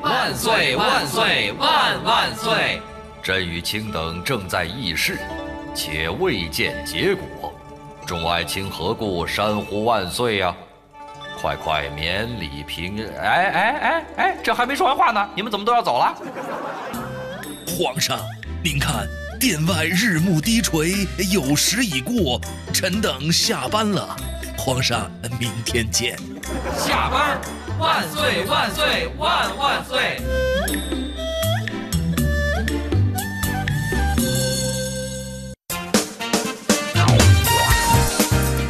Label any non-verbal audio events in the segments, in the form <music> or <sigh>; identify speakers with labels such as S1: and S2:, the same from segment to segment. S1: 万岁万岁万万岁！
S2: 朕与卿等正在议事，且未见结果。众爱卿何故山呼万岁
S1: 啊
S2: 呀、快快免礼平日！哎哎哎哎，这还没说完话呢，你们怎么都要走了？
S3: 皇上，您看，殿外日暮低垂，酉时已过，臣等下班了。皇上，明天见。
S1: 下班儿！万岁万岁万万岁！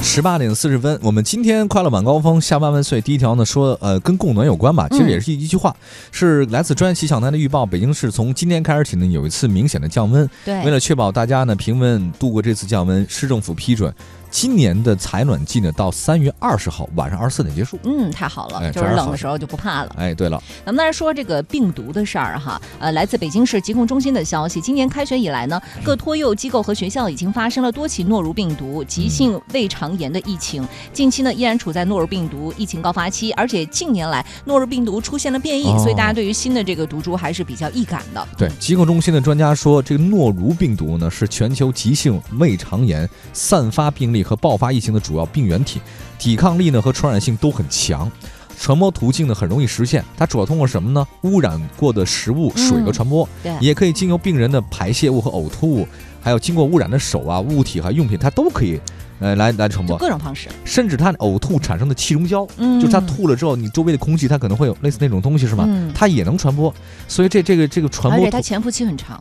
S4: 十八点四十分，我们今天快乐晚高峰下半万岁第一条呢，说呃跟供暖有关吧，其实也是一句话，是来自中央气象台的预报，北京市从今天开始起呢有一次明显的降温，为
S5: 对，
S4: 了确保大家呢平稳度过这次降温，市政府批准今年的采暖季呢到三月二十号晚上二十四点结束。
S5: 嗯，太好了，
S4: 哎这
S5: 就是
S4: 样
S5: 冷
S4: 好
S5: 的时候就不怕了。
S4: 哎，对了，
S5: 咱们再说这个病毒的事儿哈，呃，来自北京市疾控中心的消息，今年开学以来呢，各托幼机构和学校已经发生了多起诺如病毒急性胃肠炎的疫情。近期呢，依然处在诺如病毒疫情高发期，而且近年来诺如病毒出现了变异，
S4: 哦
S5: 所以大家对于新的这个毒株还是比较易感的。
S4: 对疾控中心的专家说，这个诺如病毒呢是全球急性胃肠炎散发病例和爆发疫情的主要病原体，抵抗力呢和传染性都很强。传播途径呢很容易实现，它主要通过什么呢？污染过的食物、水和
S5: 嗯
S4: 传播，
S5: 对
S4: 也可以经由病人的排泄物和呕吐物，还有经过污染的手啊、物体和用品，它都可以，呃，来来传
S5: 就
S4: 播。
S5: 各种方式，
S4: 甚至它呕吐产生的气溶胶，
S5: 嗯，
S4: 就是它吐了之后，你周围的空气它可能会有类似那种东西，是吗？
S5: 嗯
S4: 它也能传播，所以这这个这个传
S5: 而
S4: 播
S5: 且
S4: 途
S5: 它潜伏期很长，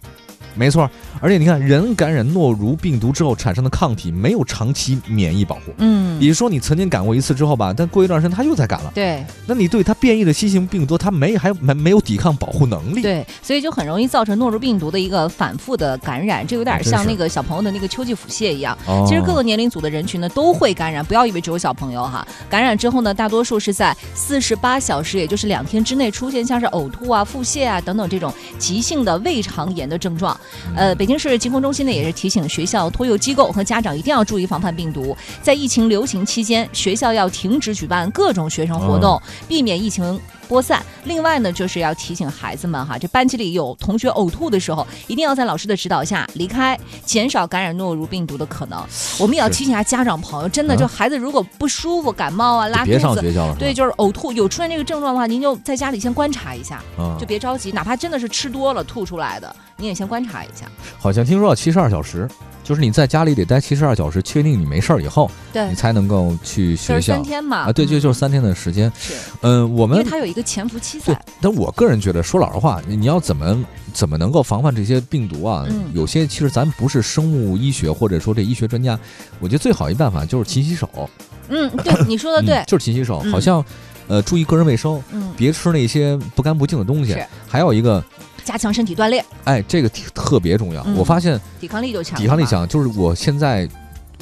S4: 没错，而且你看，人感染诺如病毒之后产生的抗体没有长期免疫保护，
S5: 嗯
S4: 也，就是说你曾经感过一次之后吧，但过一段时间它又再感了，
S5: 对。
S4: 那你对它变异的新型病毒，它没还没没有抵抗保护能力。
S5: 对，所以就很容易造成诺如病毒的一个反复的感染，这
S4: 还
S5: 有点
S4: 啊真
S5: 像
S4: 是
S5: 那个小朋友的那个秋季腹泻一样。
S4: 哦，
S5: 其实各个年龄组的人群呢都会感染，不要以为只有小朋友哈。感染之后呢，大多数是在四十八小时，也就是两天之内出现像是呕吐啊、腹泻啊等等这种急性的胃肠炎的症状。
S4: 嗯
S5: 呃，北京市疾控中心呢也是提醒学校、托幼机构和家长一定要注意防范病毒。在疫情流行期间，学校要停止举办各种学生活动，
S4: 哦
S5: 避免疫情。播散。另外呢，就是要提醒孩子们哈，这班级里有同学呕吐的时候，一定要在老师的指导下离开，减少感染诺如病毒的可能。我们也要
S4: 是
S5: 提醒一下家长朋友，真的
S4: 嗯
S5: 就孩子如果不舒服、感冒啊、拉
S4: 别上
S5: 肚子，
S4: 学校了，
S5: 对，
S4: 是
S5: 就是呕吐，有出现这个症状的话，您就在家里先观察一下，
S4: 吧，啊
S5: 就，别着急，哪怕真的是吃多了吐出来的，您也先观察一下。
S4: 好像听说要七十二小时，就是你在家里得待七十二小时，确定你没事儿以后，
S5: 对
S4: 你，才能够去
S5: 就
S4: 学
S5: 是
S4: 校
S5: 三天嘛。
S4: 啊，对，
S5: 嗯
S4: 就就是三天的时间。
S5: 是，
S4: 嗯，我
S5: 因为
S4: 们
S5: 它有一个潜伏期
S4: 对
S5: 在。，
S4: 但我个人觉得，说老实话，你你要怎么怎么能够防范这些病毒啊？
S5: 嗯
S4: 有些其实咱不是生物医学或者说这医学专家，我觉得最好一办法就是勤洗手。
S5: 嗯，对，你说的对
S4: 嗯，。就是勤洗手，
S5: 嗯
S4: 好像呃注意个人卫生，
S5: 嗯，
S4: 别吃那些不干不净的东西
S5: 是。
S4: 还有一个，
S5: 加强身体锻炼，
S4: 哎，这个挺特别重要。
S5: 嗯
S4: 我发现
S5: 抵抗力就强了嘛。。
S4: 抵抗力强，就是我现在。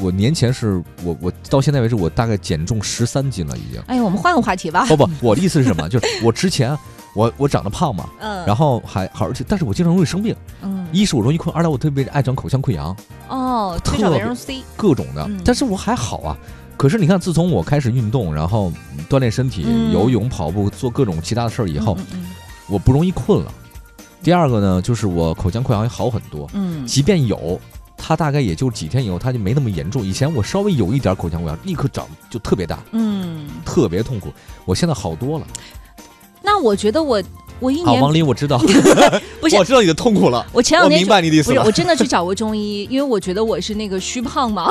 S4: 我年前是我我到现在为止我大概减重十三斤了已经哦
S5: 哎呀，我们换个话题吧。
S4: 不不，我的意思是什么？就是我之前我我长得胖嘛，
S5: 嗯，
S4: 然后还好，而且但是我经常容易生病，
S5: 嗯，
S4: 一是我容易困，二来我特别爱长口腔溃疡，
S5: 哦，缺
S4: 特
S5: 少维
S4: 别
S5: 生素 C，
S4: 各种的
S5: 嗯。
S4: 但是我还好啊。可是你看，自从我开始运动，然后锻炼身体，
S5: 嗯
S4: 游泳、跑步，做各种其他的事儿以后，
S5: 嗯嗯
S4: 我不容易困了。第二个呢，就是我口腔溃疡也好很多，
S5: 嗯，嗯
S4: 即便有，它大概也就几天以后，它就没那么严重。以前我稍微有一点口腔溃疡，立刻长就特别大，
S5: 嗯，
S4: 特别痛苦。我现在好多了。
S5: 那我觉得我我一
S4: 好，
S5: 年
S4: 王林，我知道，
S5: <laughs> 不
S4: <laughs>
S5: 是
S4: 我知道你的痛苦了，
S5: 我前
S4: 我
S5: 两天
S4: 明
S5: 就
S4: 白你的意
S5: 不
S4: 思
S5: 是，
S4: 了
S5: 我。真的去找过中医，因为我觉得我是那个虚
S4: <laughs>
S5: 胖嘛，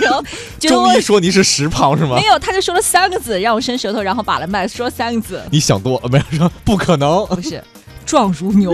S5: 然后觉得我
S4: 中医说你是实胖是吗
S5: 没？有，他就说了三个字，让我伸舌头，然后把了脉，
S4: <laughs>
S5: 说三个字，
S4: 呃你想多了，没有说不可能。
S5: 不是。壮如牛，